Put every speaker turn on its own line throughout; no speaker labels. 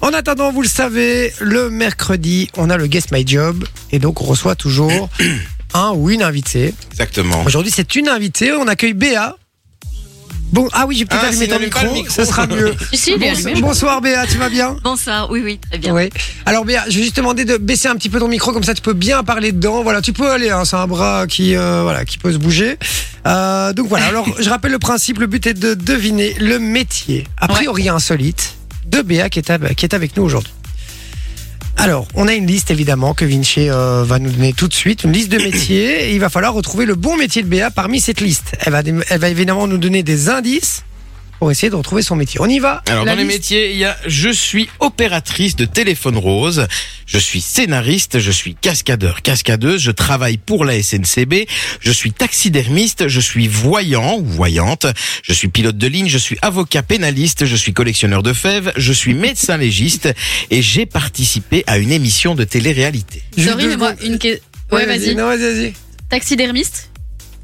En attendant, vous le savez, le mercredi, on a le Guess My Job. Et donc, on reçoit toujours un ou une invitée.
Exactement.
Aujourd'hui, c'est une invitée. On accueille Béa. Bon, ah oui, j'ai peut-être
Ah,
allumé
s'il
ton
n'allume pas
micro,
le micro.
ce sera mieux.
Ici, il est
Bonsoir-
allumé.
Bonsoir Béa, tu vas bien
Bonsoir, oui, oui, très bien.
Oui. Alors Béa, je vais juste te demander de baisser un petit peu ton micro, comme ça tu peux bien parler dedans. Voilà, tu peux aller, hein, c'est un bras qui, euh, voilà, qui peut se bouger. Euh, donc voilà, alors je rappelle le principe, le but est de deviner le métier, a priori insolite, de Béa qui est, av- qui est avec nous aujourd'hui. Alors, on a une liste évidemment que Vinci euh, va nous donner tout de suite, une liste de métiers, et il va falloir retrouver le bon métier de Béa parmi cette liste. Elle va, dé- elle va évidemment nous donner des indices pour essayer de retrouver son métier. On y va
Alors,
La
dans les
liste.
métiers, il y a je suis opératrice de téléphone rose, je suis scénariste, je suis cascadeur, cascadeuse, je travaille pour la SNCB, je suis taxidermiste, je suis voyant ou voyante, je suis pilote de ligne, je suis avocat pénaliste, je suis collectionneur de fèves, je suis médecin légiste et j'ai participé à une émission de télé-réalité.
Juste
Sorry,
deux
mais moi,
secondes.
une question. Ouais, vas-y.
Non, vas-y, vas-y.
Taxidermiste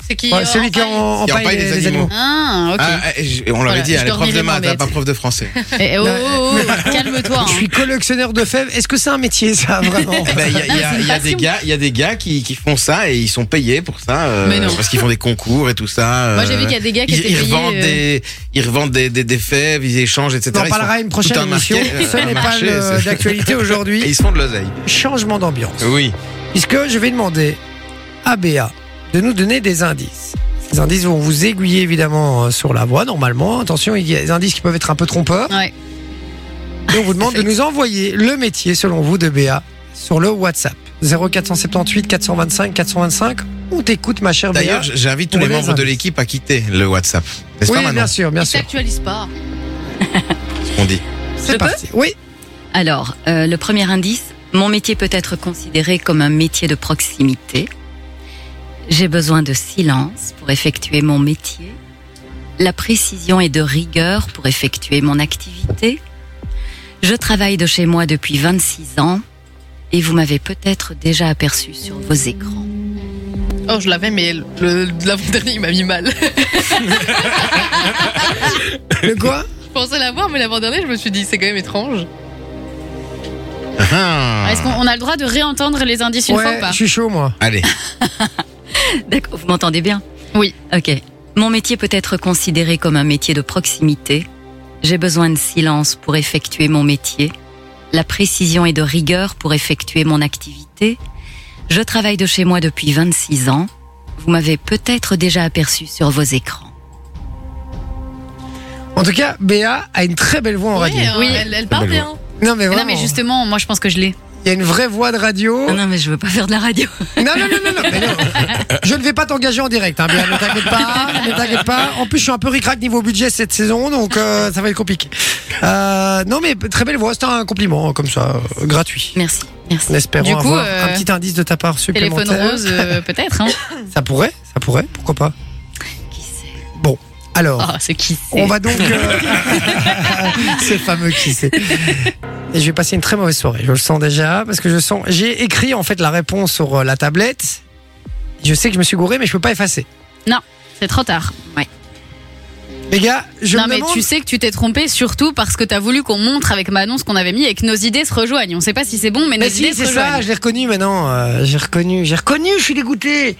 C'est qui
Ouais,
euh,
celui qui
Ah,
empaille
en-
Qui
empaille
empaille
les,
des
les animaux.
animaux.
Ah, ok.
Ah, eh, je- on l'avait
Voilà,
dit, elle
je
est prof
dormirai
de
dans
maths,
mes
hein, pas
têtes.
prof de français.
Eh, eh, oh, oh, oh, calme-toi.
Je
hein.
suis collectionneur de fèves. Est-ce que c'est un métier, ça, vraiment
Eh ben, Il y a, il y
Ah,
a- il y a des gars, il y a des gars qui, qui font ça et ils sont payés pour ça euh,
Mais non.
parce qu'ils font des concours et tout ça.
Moi,
euh,
j'ai vu qu'il y a des gars qui
ils,
étaient
ils
payés.
revendent
euh,
des, ils revendent des, des, des fèves, ils échangent, etc.
On en
Ils
parlera
font
à une prochaine
tout un
émission.
marquet, euh,
Ce
un
n'est pas
marché,
le-
c'est-
d'actualité
Et
aujourd'hui.
ils se font de l'oseille.
Changement d'ambiance.
Oui.
Puisque je vais demander à Béa de nous donner des indices. Ces indices vont vous aiguiller évidemment euh, sur la voie, normalement. Attention, il y a des indices qui peuvent être un peu trompeurs.
euh,
Ouais.
Et on vous demande de nous envoyer le métier, selon vous, de Béa sur le WhatsApp. 0478 425 425. On t'écoute, ma chère Béa.
D'ailleurs, j- j'invite tous
on
les
les
membres de
invite.
l'équipe à quitter le WhatsApp. N'est-ce
Oui,
pas Manon
bien sûr, bien
Il
sûr.
s'actualise pas.
ce qu'on dit
C'est parti. Oui.
Alors, euh, le premier indice, mon métier peut être considéré comme un métier de proximité. J'ai besoin de silence pour effectuer mon métier. La précision et de rigueur pour effectuer mon activité. Je travaille de chez moi depuis 26 ans et vous m'avez peut-être déjà aperçu sur vos écrans.
Oh, je l'avais, mais le- l'avant-dernier, il m'a mis mal.
Le quoi
Je pensais l'avoir, mais l'avant-dernier, je me suis dit, c'est quand même étrange.
Ah.
Est-ce qu'on on a le droit de réentendre les indices une
ouais,
fois ou pas
Je suis chaud, moi.
Allez,
D'accord, vous m'entendez bien
Oui.
Ok. Mon métier peut être considéré comme un métier de proximité. J'ai besoin de silence pour effectuer mon métier, la précision et de rigueur pour effectuer mon activité. Je travaille de chez moi depuis 26 ans. Vous m'avez peut-être déjà aperçu sur vos écrans.
En tout cas, Béa a une très belle voix en radio.
Ouais, hein,
Oui.
elle, elle parle
Belle
bien.
Non, mais
Non
vraiment.
mais justement, moi je pense que je l'ai.
Il y a une vraie voix de radio.
Ah non, mais je veux pas faire de la radio.
Non, non, non, non, non, mais non. Je ne vais pas t'engager en direct, hein, Béa. Ne t'inquiète pas, ne t'inquiète pas. En plus, je suis un peu ricrac niveau budget cette saison, donc euh, ça va être compliqué. Euh, non, mais très belle voix. C'était un compliment, comme ça, euh, gratuit.
Merci. Merci.
En espérant
Du coup,
avoir
euh,
un petit indice de ta part
Téléphone
supplémentaire.
rose euh, peut-être. Hein.
Ça pourrait, ça pourrait, pourquoi pas.
Qui c'est
Alors.
Oh, c'est qui c'est
On va donc. euh, ce fameux qui c'est. Et je vais passer une très mauvaise soirée. Je le sens déjà parce que je sens. J'ai écrit en fait la réponse sur euh, la tablette. Je sais que je me suis gouré, mais je peux pas effacer.
C'est trop tard.
Les gars, je
non
me
mais
demande.
tu sais que tu t'es trompé surtout parce que t'as voulu qu'on montre avec Manon ce qu'on avait mis et que nos idées se rejoignent. On sait pas si c'est bon mais,
mais
nos idées
si,
se
c'est ça,
rejoignent.
je l'ai reconnu maintenant. euh, j'ai reconnu, j'ai reconnu, je suis dégoûté.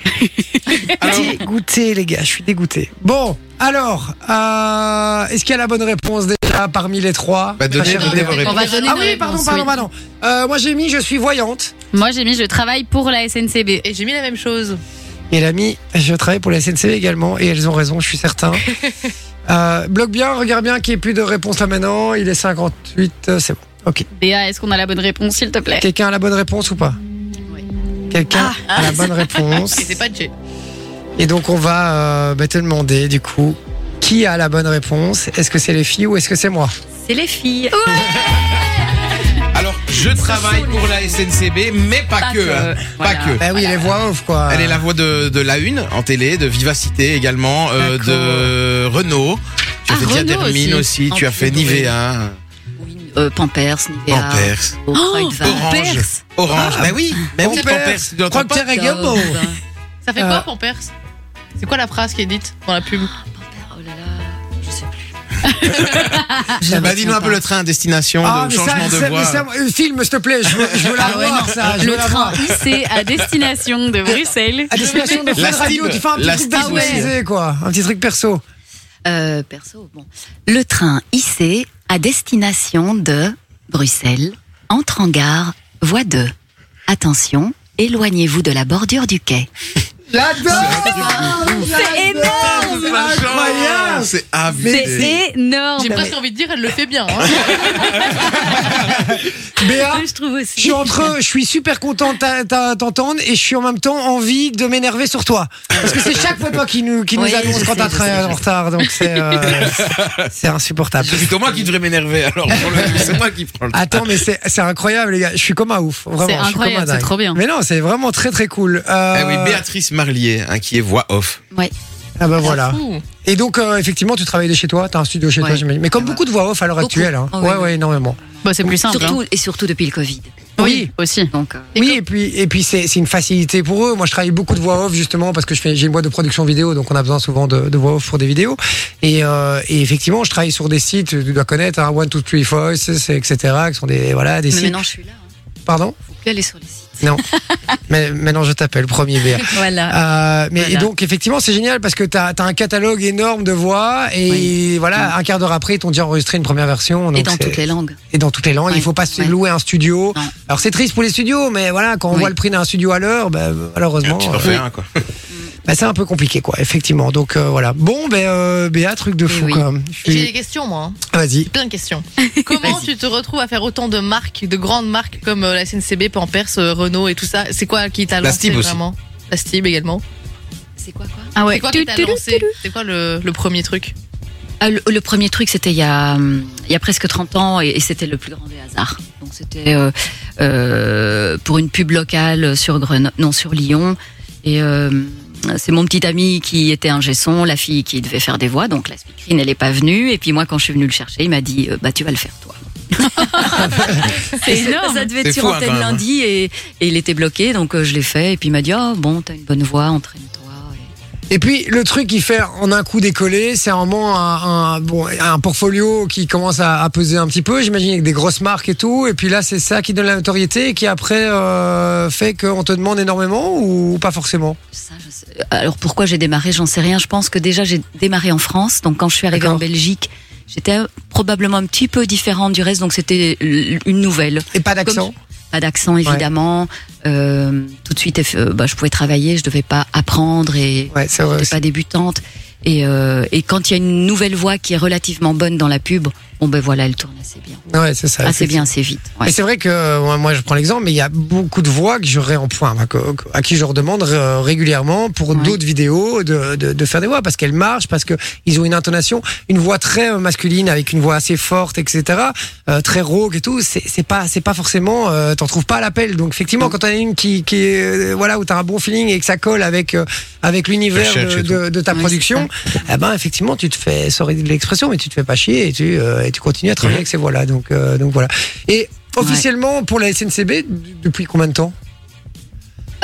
dégoûté, les gars, je suis dégoûté. Bon, alors, euh, est-ce qu'il y a la bonne réponse déjà parmi les trois
Bah,
Ma
donnez-
chère
donnez vos
Béatrice.
On va donner
Ah
nos
oui, pardon,
réponses,
pardon,
oui.
pardon. Euh, moi j'ai mis, je suis voyante.
Moi j'ai mis je travaille pour la SNCB.
Et j'ai mis la même chose.
Et l'ami, je travaille pour la SNCB également et elles ont raison, je suis certain. Euh, bloque bien, regarde bien qu'il n'y ait plus de réponse là maintenant. Il est 58, euh, c'est bon. Ok.
Béa, est-ce qu'on a la bonne réponse s'il te plaît
Quelqu'un a la bonne réponse ou pas
Oui.
Quelqu'un
Ah.
a la bonne réponse.
Et c'est pas Jay.
Et donc on va euh, bah, te demander du coup qui a la bonne réponse. Est-ce que c'est les filles ou est-ce que c'est moi
C'est les filles.
alors je travaille pour la SNCB, mais pas,
Pas
que,
que,
hein. pas
voilà.
que.
Bah oui, les voix off quoi.
Elle est la voix de, de La Une en télé, de Vivacité également, euh, de Renault. Tu as
Ah,
fait
Renault
Diadermine aussi,
aussi.
tu as fait Nivea,
Oui, euh, Pampers, Nivea,
Pampers,
Oh, Kreutzer.
Orange. Orange.
Ah,
bah oui, mais oui,
Pampers.
Pampers, tu l'entends pas
Procter et Gamble.
Ça fait
Euh.
quoi, Pampers C'est quoi la phrase qui est dite dans la pub
Oh là là, je sais plus.
Euh,
Eh ben, dis-nous un peu le train, destination,
Ah,
de
mais ça,
changement de
ça-
voie.
mais ça, euh, filme, s'il te plaît. Je veux, je veux la
Ah ouais,
voir, ça. Je veux
Le
la
train
voir.
IC à destination de Bruxelles.
À destination de
La
Fun Radio,
Stib.
tu fais un petit
La
truc
Stib
personnalisé, quoi. Un petit truc perso.
Euh, perso, bon. Le train IC à destination de Bruxelles entre en gare, voie 2. Attention, éloignez-vous de la bordure du quai.
J'adore
C'est
Ah,
énorme
C'est incroyable.
C'est à vider.
C'est énorme
J'ai presque envie de dire, elle le fait bien. hein.
Béa,
Je trouve
je
aussi.
suis entre, je suis super content de t'a- t'a- t'entendre et je suis en même temps envie de m'énerver sur toi. Parce que c'est chaque fois toi qui nous, qui nous
Oui,
annonce
je
quand
sais,
t'as
je sais,
train
je
en
sais.
retard, donc c'est, euh, c'est insupportable.
C'est plutôt moi qui devrais m'énerver, alors. pour le coup, C'est moi qui prends le train.
Attends, mais c'est, c'est incroyable, les gars. Je suis comme un ouf. Vraiment,
C'est
je suis comme
incroyable,
un
c'est
dingue.
trop bien.
Mais non, c'est vraiment très très cool. Euh,
Eh oui, Béatrice Marlier, hein, qui est voix off.
Ouais.
Ah bah voilà.
Fou.
Et donc, euh, effectivement, tu travailles de chez toi, t'as un studio chez
Ouais.
toi, j'imagine. Mais comme
Ouais.
beaucoup de voix off à l'heure
Beaucoup.
actuelle. Hein.
Ah
ouais,
ouais,
ouais, énormément.
Bah, C'est plus simple.
Surtout, et surtout depuis le Covid.
hein. Oui, aussi.
Donc, euh,
oui, et puis, et puis c'est, c'est une facilité pour eux. Moi, je travaille beaucoup de voix off, justement, parce que je fais, j'ai une boîte de production vidéo, donc on a besoin souvent de, de voix off pour des vidéos. Et, euh, et effectivement, je travaille sur des sites, tu dois connaître, hein, One, Two, Three, Voices, etc., qui sont des, voilà, des
mais
sites.
maintenant, je suis là. hein.
Pardon?
Faut plus aller sur les sites.
Non. Mais maintenant, je t'appelle, premier BA.
Voilà.
Euh, mais
Voilà.
et donc effectivement c'est génial parce que t'as as un catalogue énorme de voix et
Oui. Mm.
voilà un quart d'heure après ils t'ont déjà enregistré une première version donc
et dans
c'est-
toutes les langues.
et dans toutes les langues
Ouais.
il faut pas se
Ouais.
louer un studio
Non.
alors c'est triste pour les studios mais voilà quand on
Oui.
voit le prix d'un studio à l'heure bah, malheureusement
Tu t'en
euh,
fais un, quoi.
bah, c'est un peu compliqué quoi effectivement donc euh, voilà bon ben euh, Béa truc de
Mais
fou
Eh oui.
quand même. Je suis-
J'ai des questions, moi. hein.
vas-y
Plein de questions. Comment tu te retrouves à faire autant de marques, de grandes marques comme euh, la SNCB, Pampers, euh, Renault et tout ça C'est quoi qui t'a
La
lancé
Stib aussi.
vraiment La Stib également.
C'est quoi, quoi
Ah
C'est
ouais.
quoi qui t'a lancé C'est quoi le, le premier truc
Ah, le, le premier truc, c'était il, y a, hum, il y a presque 30 ans et, et c'était le plus grand des hasards. Donc c'était euh, euh, pour une pub locale sur Grenoble, non sur Lyon. Et euh, c'est mon petit ami qui était un gesson, la fille qui devait faire des voix. Donc la speakerine, elle n'est pas venue. Et puis moi, quand je suis venue le chercher, il m'a dit euh, bah tu vas le faire toi.
C'est
Et ça-
énorme.
Ça devait
C'est
être sur
fou, hein,
antenne
quand même.
lundi et, et il était bloqué, donc euh, je l'ai fait. Et puis il m'a dit oh bon, t'as une bonne voix, entraîne-toi.
et puis le truc qui fait en un coup décoller c'est vraiment un, un bon un portfolio qui commence à, à peser un petit peu j'imagine avec des grosses marques et tout et puis là c'est ça qui donne la notoriété et qui après euh, fait qu'on te demande énormément ou pas forcément
Ça, je sais- Alors pourquoi j'ai démarré, j'en sais rien. Je pense que déjà j'ai démarré en France. Donc quand je suis arrivée
D'accord.
en Belgique, j'étais euh, probablement un petit peu différente du reste. Donc c'était l- une nouvelle.
et pas
Comme
d'accent
je- Pas d'accent évidemment. Euh, tout de suite, euh, bah, je pouvais travailler. Je devais pas apprendre et
ouais c'est vrai
j'étais pas débutante. Et, euh, et quand il y a une nouvelle voix qui est relativement bonne dans la pub, bon ben voilà, elle tourne assez bien,
ouais Bah, c'est ça
assez Ah, bien, assez vite. ouais.
Et c'est vrai que euh, moi je prends l'exemple, mais il y a beaucoup de voix que j'aurais en point, enfin, que- que- à qui je redemande euh, régulièrement pour
Ouais.
d'autres vidéos de, de, de faire des voix parce qu'elles marchent, parce que ils ont une intonation, une voix très euh, masculine avec une voix assez forte, etc. euh, très rauque et tout. C'est c'est pas c'est pas forcément, euh, t'en trouves pas à l'appel. Donc effectivement, quand t'en as une qui qui est, euh, voilà où t'as un bon feeling et que ça colle avec euh, avec l'univers
Recherche
de,
et
de, de ta
Ouais,
production, eh ben effectivement tu te fais, sorry de l'expression, mais tu te fais pas chier et tu euh, et tu continues à travailler avec ces voix-là. Donc euh, donc voilà. Et officiellement pour la SNCB, d- depuis combien de temps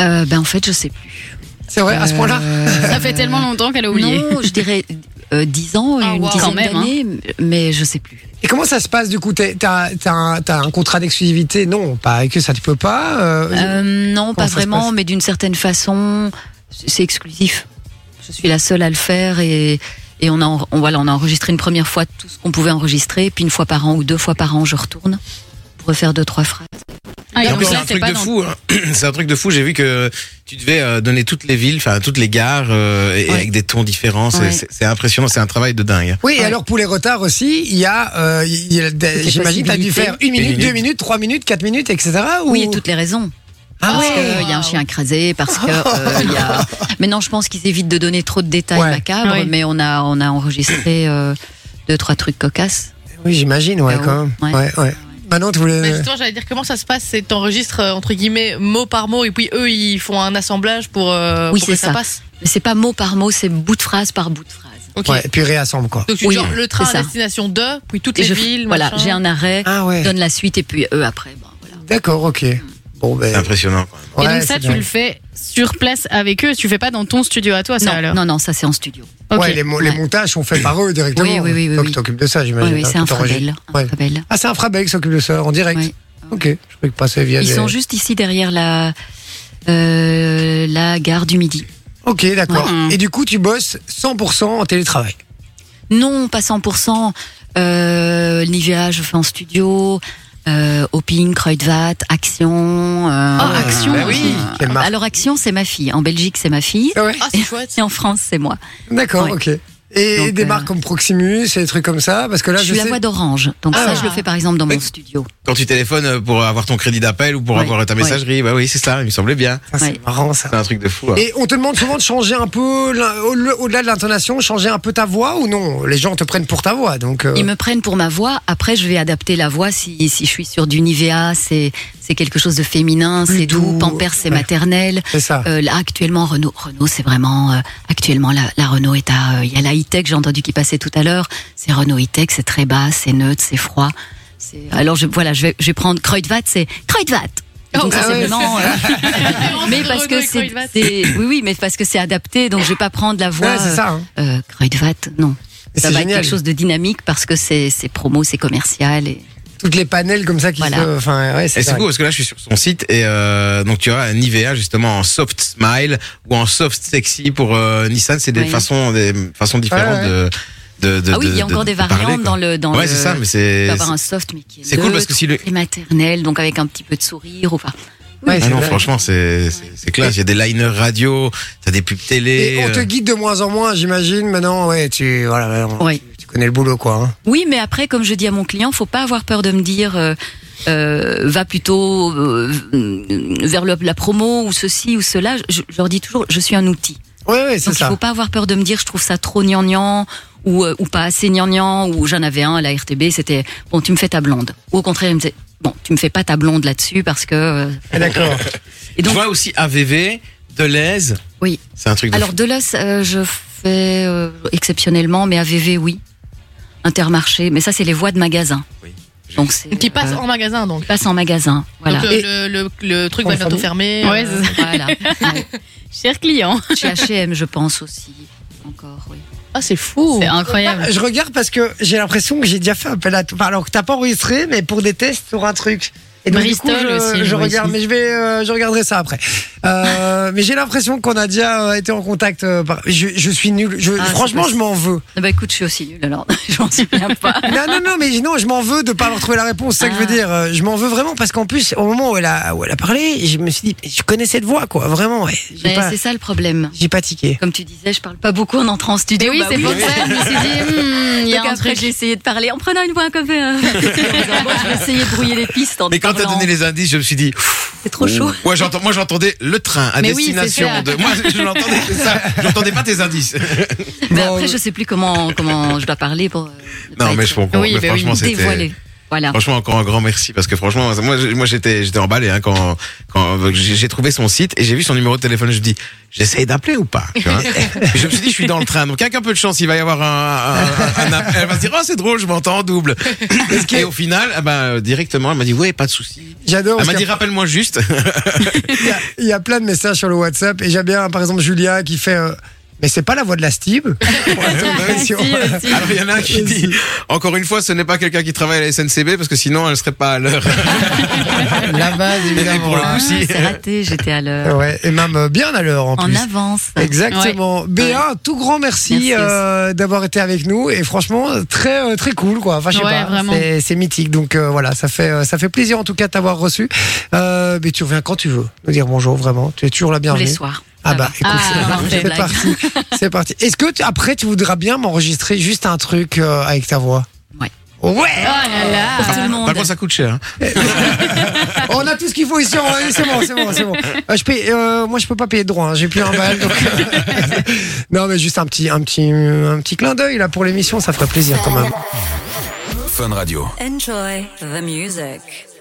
Euh, ben en fait, je sais plus.
C'est vrai, à ce point-là
Euh,
Ça fait tellement longtemps qu'elle a oublié.
Non, je dirais euh, 10 ans,
Ah,
une
wow.
dizaine
Quand même,
d'années, mais je sais plus.
Et comment ça se passe du coup T'es- T'as t'as un, t'as un contrat d'exclusivité Non, pas avec eux, ça tu peux pas. euh,
Euh, non,
ça
pas
se
vraiment,
passe
mais d'une certaine façon, c'est exclusif. Je suis la seule à le faire et, et on, a, en- on- voilà, on a enregistré une première fois tout ce qu'on pouvait enregistrer, puis une fois par an ou deux fois par an, je retourne pour refaire deux, trois phrases.
Ah, et
Non, mais
donc
c'est
là,
un
c'est
truc
pas
de
dans-
fou. hein. C'est un truc de fou. J'ai vu que tu devais euh, donner toutes les villes, enfin toutes les gares, euh, et- et
Ouais.
avec des tons différents. C'est-
Ouais.
C'est c'est impressionnant. C'est un travail de dingue. hein.
Oui, et alors pour les retards aussi, il y a, euh, il y a des-
les
j'imagine, t'as dû
possibilités.
faire une minute,
Une minute.
deux minutes, trois minutes, quatre minutes, etc. Ou...
Oui, et toutes les raisons.
Ah
parce
ouais.
qu'il y a un
Wow.
chien écrasé, parce que euh, il y a. Maintenant, je pense qu'ils évitent de donner trop de détails
Ouais.
macabres,
Ouais.
mais on a, on a enregistré euh, deux, trois trucs cocasses.
Oui, j'imagine, ouais,
Ah
quand même.
ouais. Bah,
Ouais, ouais. Maintenant, tu voulais.
Mais Justement, j'allais dire comment ça se passe. C'est t'enregistres euh, entre guillemets mot par mot et puis eux ils font un assemblage pour, euh,
Oui,
pour que
c'est
ça,
ça.
passe.
Mais c'est pas mot par mot, c'est bout de phrase par bout de phrase.
Ok.
Ouais, et puis réassemble, quoi.
Donc tu
Oui,
genre le train
c'est
à
ça.
destination de puis toutes
Et
les
je-
villes.
voilà,
machin.
j'ai un arrêt,
Ah ouais.
donne la suite et puis eux après. bon, voilà.
Ah, D'accord, ok. Bon,
C'est
ben.
impressionnant. quoi.
Et
ouais,
donc ça,
c'est
tu
bien.
le fais sur place avec eux. Tu fais pas dans ton studio à toi, ça
non,
alors
non, non, ça c'est en studio.
Ok.
Ouais, les, mo- les
Ouais.
montages sont faits par eux directement.
Oui, oui, oui, oui,
Donc,
oui.
tu t'occupes de ça,
Oui,
j'imagine.
oui,
hein,
c'est
tout
un
enregistre.
Frabel. un
Ouais.
Frabel.
Ah, c'est un Frabec qui s'occupe de ça, en direct. Ah
Ouais.
Ok, je croyais que passer via
Ils
des-
sont juste ici derrière la, euh, la gare du Midi.
Ok, d'accord.
Ouais.
Et du coup, tu bosses 100% en télétravail.
Non, pas 100%. Euh, Nivea, je fais en studio. Euh, Hopping, Kreutvat, Action. euh,
Oh, Action,
bah oui,
euh,
quelle marque.
alors Action, c'est ma fille. En Belgique, c'est ma fille.
Ah ouais
Ah, c'est chouette.
Et en France, c'est moi.
D'accord,
Ouais.
ok. Et
Donc,
des
euh,
marques comme Proximus et des trucs comme ça, parce que là,
je
je,
suis la
sais-
voix d'Orange. Donc
Ah.
ça, je le fais par exemple dans mon
Oui.
studio.
Quand tu téléphones euh, pour avoir ton crédit d'appel ou pour
Ouais,
avoir ta
ouais.
messagerie, bah oui, c'est ça, il me semblait bien.
Ah, c'est
Ouais.
marrant ça.
C'est un truc de fou. hein.
Et on te demande souvent de changer un peu, l'in- au- au-delà de l'intonation, changer un peu ta voix ou non Les gens te prennent pour ta voix, donc. euh,
Ils me prennent pour ma voix. Après, je vais adapter la voix si, si je suis sur du Nivea. C'est c'est quelque chose de féminin,
Plus
c'est doux.
doux,
Pampers, c'est
ouais.
maternel.
C'est ça.
Euh, là, actuellement, Renault, Renault, c'est vraiment euh, actuellement la, la Renault est à. euh, Il y a la e-tech, j'ai entendu qui passait tout à l'heure. C'est Renault e-tech, c'est très bas, c'est neutre, c'est froid. C'est- Alors je, voilà, je vais, je vais prendre Kreutvat, c'est Kreutvat. Donc
Oh,
ça,
ah
c'est
ouais,
vraiment. euh, mais
Entre
parce
Renaud
que
et
c'est,
Coinvat.
c'est- oui, oui, mais parce que c'est adapté, donc je vais pas prendre la voix.
Ouais, c'est ça. hein.
euh, euh, Kreutvat, non.
Et
Ça
c'est
va être
génial.
quelque chose de dynamique parce que c'est, c'est promo, c'est commercial. Et...
Toutes les panels comme ça qui
Voilà.
se. Enfin, ouais, c'est
Et c'est
dingue.
cool parce que là je suis sur son site et euh, donc tu as un Nivea justement en soft smile ou en soft sexy pour euh, Nissan, c'est des
Oui.
façons des façons différentes
Ouais,
de, de de
ah oui,
de-
il y a
de-
encore des
de parler,
variantes
quoi.
dans le. Dans
ouais,
le-
c'est ça, mais
Tu
c'est
peux avoir un soft, mais qui est.
c'est cool parce que si le
Et maternelle, donc avec un petit peu de sourire ou pas.
Ouais,
Ah
c'est
non,
dingue.
franchement, c'est c'est- c'est classe. Il y a des liners radio, t'as des pubs télé.
Et on te
euh,
guide de moins en moins, j'imagine. Maintenant, ouais, tu, voilà, vraiment,
Ouais.
tu connais le boulot, quoi. hein.
Oui, mais après, comme je dis à mon client, faut pas avoir peur de me dire. euh, euh, va plutôt euh, vers le- la promo ou ceci ou cela. Je, je leur dis toujours, je suis un outil.
Ouais, ouais, c'est
Donc il
ça.
faut pas avoir peur de me dire je trouve ça trop gnangnan ou, euh, ou pas assez gnangnan ou j'en avais un à la RTB c'était bon tu me fais ta blonde ou au contraire il me disait bon tu me fais pas ta blonde là-dessus parce que euh,
Ah, D'accord.
et donc
Tu vois aussi AVV, Deleuze.
Oui.
C'est un truc de
alors Delos euh, je fais euh, exceptionnellement mais AVV oui Intermarché mais ça c'est les voies de magasin
Oui.
donc c'est
Qui passe
euh,
en magasin, donc.
qui passe en magasin voilà
Donc, euh, le, le- le truc va
Pour
bientôt
famille.
fermer.
Ouais,
euh,
c'est
voilà Ouais.
Cher client.
chez H&M je pense aussi encore oui
Ah, c'est fou.
C'est incroyable.
Ah, Je regarde parce que j'ai l'impression que j'ai déjà fait appel à toi. Enfin, Alors que t'as pas enregistré, mais pour des tests sur un truc. Et donc, du coup,
Bristol
je,
aussi,
je
je vois
regarde,
ici.
mais je vais, euh, je regarderai ça après. Euh, mais j'ai l'impression qu'on a déjà euh, été en contact. euh, par- je, je suis nul. Je,
Ah, c'est
franchement, je
possible.
m'en veux.
Ah bah écoute je suis aussi nulle alors je m'en souviens pas
Non, non, non, mais non, je m'en veux de pas avoir trouvé la réponse. C'est ça que je veux
Ah.
dire. Euh, Je m'en veux vraiment parce qu'en plus, au moment où elle a, où elle a parlé, je me suis dit, je connais cette voix, quoi. Vraiment, ouais. J'ai
mais
pas,
c'est ça le problème
j'ai pas tiqué.
Comme tu disais, je parle pas beaucoup en entrant en
Mais
studio.
oui,
Bah
c'est pour ça. Je me suis dit, hmm, il y a
Donc
un
après,
truc.
j'ai essayé de parler en prenant une voix comme euh, en disant, bon, je vais essayer de brouiller les pistes en
Mais quand t'as
parlant.
donné Oh. les indices, je me suis dit,
C'est trop chaud.
Ouais, j'entends, moi j'entendais le train à
Mais oui, c'est
destination
ça.
de. Moi je l'entendais, c'est ça. J'entendais pas tes indices.
Mais
Bon,
après, je sais plus comment comment je dois parler pour. euh, ne pas
Non, mais
être
je comprends.
Oui,
mais
bah oui,
franchement, c'était.
Dévoilé. Voilà.
Franchement, encore un grand merci parce que franchement, moi, je- moi j'étais, j'étais emballé hein, quand, quand j'ai j'ai trouvé son site et j'ai vu son numéro de téléphone. Je me dis, j'essaye d'appeler ou pas tu vois Et Je me suis dit, je suis dans le train, donc avec un peu de chance, il va y avoir un, un, un appel. Elle va se dire, oh c'est drôle, je m'entends en double. Et au final, ah ben, directement, elle m'a dit, ouais, pas de souci.
J'adore.
Elle
parce
m'a dit,
qu'il
rappelle-moi juste.
y a- Il y a plein de messages sur le WhatsApp et j'aime bien, par exemple, Julia qui fait, euh, mais c'est pas la voix de la Steve.
Ah bah
Si, aussi.
Alors il y en a un qui dit encore une fois ce n'est pas quelqu'un qui travaille à la SNCB parce que sinon elle serait pas à l'heure.
la base,
Et
évidemment.
pour le
hein.
coup si.
Ah, C'est raté. J'étais à l'heure.
Ouais, et même euh, bien à l'heure en,
En
plus.
avance.
Exactement. Béa, tout grand merci,
Merci
euh, d'avoir été avec nous et franchement très euh, très cool quoi. Enfin je sais
Ouais,
pas,
vraiment.
c'est- c'est mythique donc euh, voilà ça fait euh, ça fait plaisir en tout cas de t'avoir reçu. Euh, mais tu reviens quand tu veux nous dire bonjour vraiment. Tu es toujours la
Tous les
bienvenue.
soirs.
Ah
Ça
bah
va.
écoute,
Ah,
c'est-
parfait,
c'est
blague.
parti, c'est parti. Est-ce que tu- après tu voudras bien m'enregistrer juste un truc euh, avec ta voix
Ouais.
Ouais.
Oh là là.
Pour tout le
Par
monde.
contre ça coûte cher. hein.
On a tout ce qu'il faut ici. on- C'est bon, c'est bon, c'est bon. Euh, je paye, euh, moi, je peux pas payer de droit. hein, J'ai plus un bal. donc- euh, non, mais juste un petit, un petit, un petit clin d'œil là pour l'émission. Ça ferait plaisir quand même.
Fun Radio.
Enjoy the music.